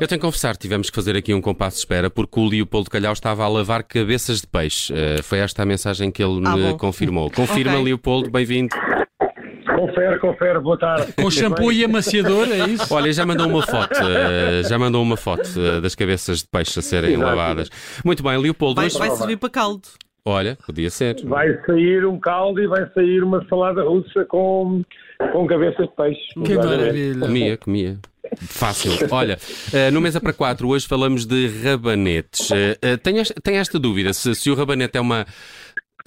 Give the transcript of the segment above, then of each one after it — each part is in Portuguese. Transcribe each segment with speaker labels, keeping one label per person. Speaker 1: Eu tenho que confessar, tivemos que fazer aqui um compasso de espera porque o Leopoldo Calhau estava a lavar cabeças de peixe. Eh, foi esta a mensagem que ele
Speaker 2: Ah,
Speaker 1: me
Speaker 2: bom.
Speaker 1: confirmou. Confirma,
Speaker 2: Ok.
Speaker 1: Leopoldo, bem-vindo.
Speaker 3: Confere, confere, boa tarde.
Speaker 4: Com shampoo e amaciador, é isso?
Speaker 1: Olha, já mandou uma foto, eh, já mandou uma foto eh, das cabeças de peixe a serem
Speaker 3: Exato.
Speaker 1: lavadas. Muito bem, Leopoldo,
Speaker 2: Vai,
Speaker 1: hoje-
Speaker 2: vai servir para caldo.
Speaker 1: olha, podia ser.
Speaker 3: Vai sair um caldo e vai sair uma salada russa com, com cabeças de peixe.
Speaker 4: Que é
Speaker 3: Exatamente.
Speaker 4: maravilha.
Speaker 1: Comia, comia. Fácil. Olha, eh, no Mesa para Quatro hoje falamos de rabanetes. Eh, eh, Tenho esta, tenho esta dúvida: se, se o rabanete é uma.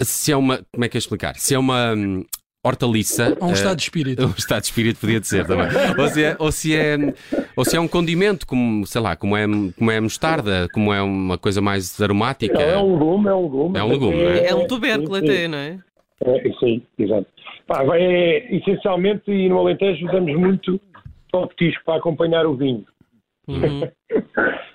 Speaker 1: Se é uma. Como é que é explicar? Se é uma hum, hortaliça.
Speaker 4: Há um
Speaker 3: É.
Speaker 1: eh,
Speaker 4: estado de espírito.
Speaker 1: um estado de espírito podia dizer também. Ou se, é, ou, se é, ou se é um condimento, como, sei lá, como é, como é a mostarda, como é uma coisa mais aromática.
Speaker 3: Não, é um legume, é um legume.
Speaker 1: É um legume, não
Speaker 2: É um tubérculo
Speaker 3: sim, sim.
Speaker 2: até, não é?
Speaker 3: É, sim, exato. Pá, vai, é, essencialmente, e no Alentejo usamos muito pão petisco para acompanhar o vinho.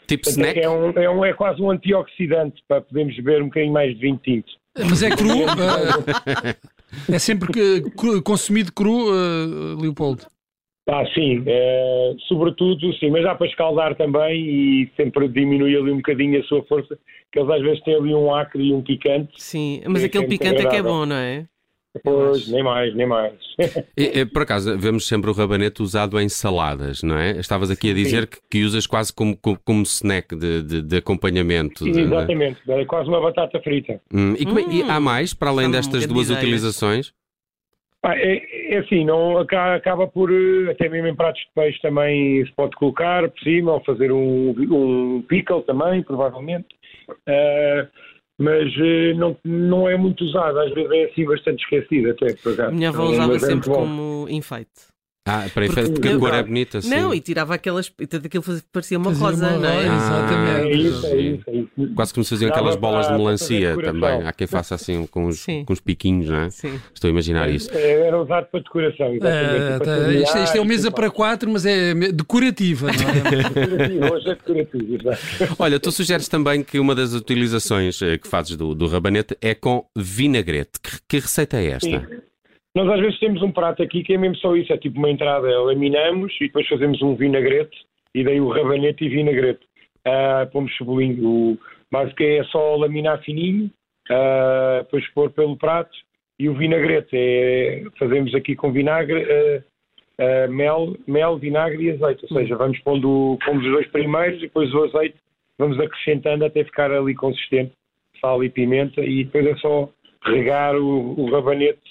Speaker 1: Tipo
Speaker 3: Portanto,
Speaker 1: snack.
Speaker 3: É, um, é, um, é quase um antioxidante para podermos beber um bocadinho mais de vinho tinto.
Speaker 4: Mas é cru. eh, é sempre que- cru- consumido cru, eh, Leopoldo.
Speaker 3: Ah, sim, eh, sobretudo, sim, mas dá para escaldar também e sempre diminui ali um bocadinho a sua força, que eles às vezes têm ali um acre e um picante,
Speaker 2: Sim, mas
Speaker 3: É,
Speaker 2: aquele
Speaker 3: é muito
Speaker 2: picante é que é
Speaker 3: agradável.
Speaker 2: bom, não é?
Speaker 3: pois, nem mais, nem mais.
Speaker 1: E, e, por acaso, vemos sempre o rabanete usado em saladas, não é? Estavas aqui a dizer que, que usas quase como, como, como snack de, de- de acompanhamento. de- de-
Speaker 3: Exatamente, é quase uma batata frita.
Speaker 1: Hum, e, como é- e
Speaker 2: Hum.
Speaker 1: há mais, para além
Speaker 2: Hum,
Speaker 1: destas
Speaker 2: grande
Speaker 1: duas
Speaker 2: ideia.
Speaker 1: utilizações?
Speaker 3: Ah, é, é assim, não, aca- acaba por, eh, até mesmo em pratos de peixe também se pode colocar por cima, ou fazer um, um pickle também, provavelmente, Ah, mas eh, não, não é muito usado, às vezes é assim bastante esquecido até, por
Speaker 2: A
Speaker 3: acaso.
Speaker 2: minha avó
Speaker 3: Mas
Speaker 2: usava
Speaker 3: é muito
Speaker 2: sempre
Speaker 3: bom.
Speaker 2: como enfeite.
Speaker 1: Ah, para
Speaker 2: Porque-
Speaker 1: efeito, porque a
Speaker 2: não,
Speaker 1: cor é
Speaker 2: não.
Speaker 1: bonita,
Speaker 3: Assim.
Speaker 1: sim.
Speaker 2: Não, e tirava aquelas. e tudo Aquilo fazia- parecia uma
Speaker 4: Fazer
Speaker 2: rosa,
Speaker 4: uma
Speaker 2: não é?
Speaker 4: rosa.
Speaker 3: É
Speaker 4: Exatamente.
Speaker 3: isso, é isso, é isso.
Speaker 1: Quase como se faziam
Speaker 3: Dava
Speaker 1: aquelas bolas de
Speaker 3: para- para
Speaker 1: melancia
Speaker 3: fazer decoração.
Speaker 1: também. Há quem faça assim com os,
Speaker 2: Sim.
Speaker 1: com os piquinhos, não é?
Speaker 2: Sim.
Speaker 1: Estou a imaginar isso.
Speaker 3: É, Era usado para decoração,
Speaker 4: Eh,
Speaker 3: exatamente.
Speaker 4: tá,
Speaker 3: para familiares
Speaker 4: isto, isto é uma mesa
Speaker 3: e
Speaker 4: para quatro, mas é me- decorativa, não é?
Speaker 3: tal. Decorativo, Hoje é decorativo, exato.
Speaker 1: Olha, tu sugeres também que uma das utilizações eh, que fazes do, do rabanete é com vinagrete. Que, que receita é esta?
Speaker 3: Sim. Nós às vezes temos um prato aqui que é mesmo só isso, é tipo uma entrada, laminamos e depois fazemos um vinagrete, e daí o rabanete e vinagrete. Ah, pomos cebolinho, o básico é só laminar fininho, ah, depois pôr pelo prato, e o vinagrete é, fazemos aqui com vinagre, ah, ah, mel, mel, vinagre e azeite, ou seja, vamos pondo, pomos os dois primeiros e depois o azeite vamos acrescentando até ficar ali consistente, sal e pimenta, e depois é só regar o, o rabanete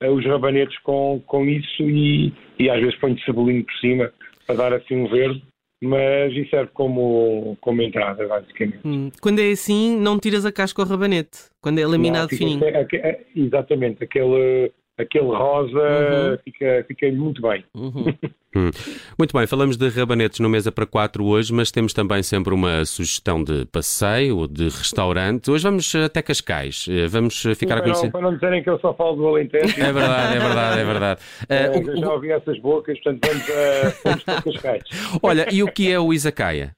Speaker 3: eh, os rabanetes com, com isso e, e às vezes ponho cebolinho por cima para dar assim um verde, mas isso serve como, como entrada, basicamente.
Speaker 2: Hum, Quando é assim, não tiras a casca ao rabanete. Quando
Speaker 1: Um
Speaker 2: é laminado
Speaker 3: Fica-
Speaker 2: fininho.
Speaker 3: aque- aque- exatamente, aquele, aquele rosa
Speaker 2: Uhum.
Speaker 3: fica, fica muito bem.
Speaker 2: Uhum.
Speaker 1: Muito bem, falamos de rabanetes no Mesa para Quatro hoje, mas temos também sempre uma sugestão de passeio ou de restaurante. Hoje vamos até Cascais. Eh, Vamos eh, ficar a
Speaker 3: para, não,
Speaker 1: conhecer.
Speaker 3: para não dizerem que eu só falo do Alentejo,
Speaker 1: É verdade, é verdade, é verdade. Eh,
Speaker 3: eh,
Speaker 1: o-
Speaker 3: eu já ouvi essas bocas, portanto vamos, a, vamos para Cascais.
Speaker 1: olha, e o que é o Izakaya?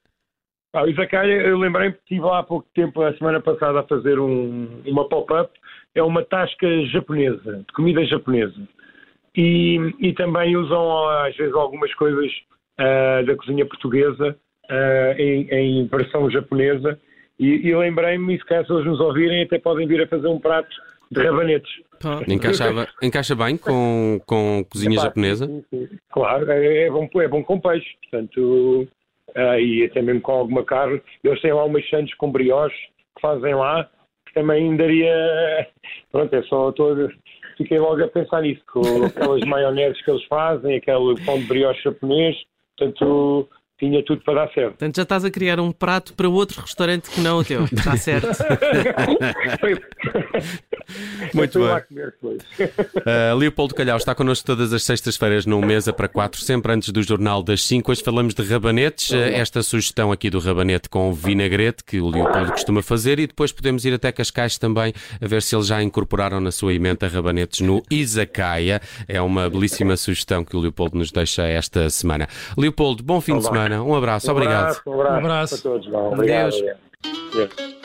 Speaker 3: Ah, o Izakaya, eu lembrei-me que estive lá há pouco tempo, a semana passada, a fazer um- uma pop-up. É uma tasca japonesa, de comida japonesa. E, e também usam, ah, às vezes, algumas coisas ah, da cozinha portuguesa ah, em, em versão japonesa. E, e lembrei-me, e se caso eles nos ouvirem, até podem vir a fazer um prato de rabanetes.
Speaker 2: Pá.
Speaker 1: Encaixava, encaixa bem com, com cozinha
Speaker 3: Epá,
Speaker 1: japonesa?
Speaker 3: sim, sim, sim. Claro, é, é bom, é bom com peixe, portanto, ah, e até mesmo com alguma carne. Eles têm lá umas sandes com brioche que fazem lá, que também daria. Pronto, é só. Tô, fiquei logo a pensar nisso, com aquelas maioneses que eles fazem, aquele pão de brioche japonês, portanto, tinha tudo para dar certo.
Speaker 2: Portanto, já estás a criar um prato para outro restaurante que não o teu. Está certo.
Speaker 3: Foi-
Speaker 1: Muito
Speaker 3: Fui
Speaker 1: bem.
Speaker 3: lá comer depois.
Speaker 1: Uh, Leopoldo Calhau está connosco todas as sextas-feiras num Mesa para Quatro, sempre antes do Jornal das Cinco. Hoje falamos de rabanetes. Uh, esta sugestão aqui do rabanete com vinagrete, que o Leopoldo costuma fazer, e depois podemos ir até Cascais também, a ver se eles já incorporaram na sua emenda rabanetes no Izakaya. É uma belíssima sugestão que o Leopoldo nos deixa esta semana. Leopoldo, bom fim de semana. Um abraço.
Speaker 3: Um
Speaker 1: Obrigado.
Speaker 3: abraço, um abraço,
Speaker 4: Um abraço.
Speaker 3: para todos. Vá, Obrigado.
Speaker 2: Adeus.
Speaker 3: obrigado. Adeus.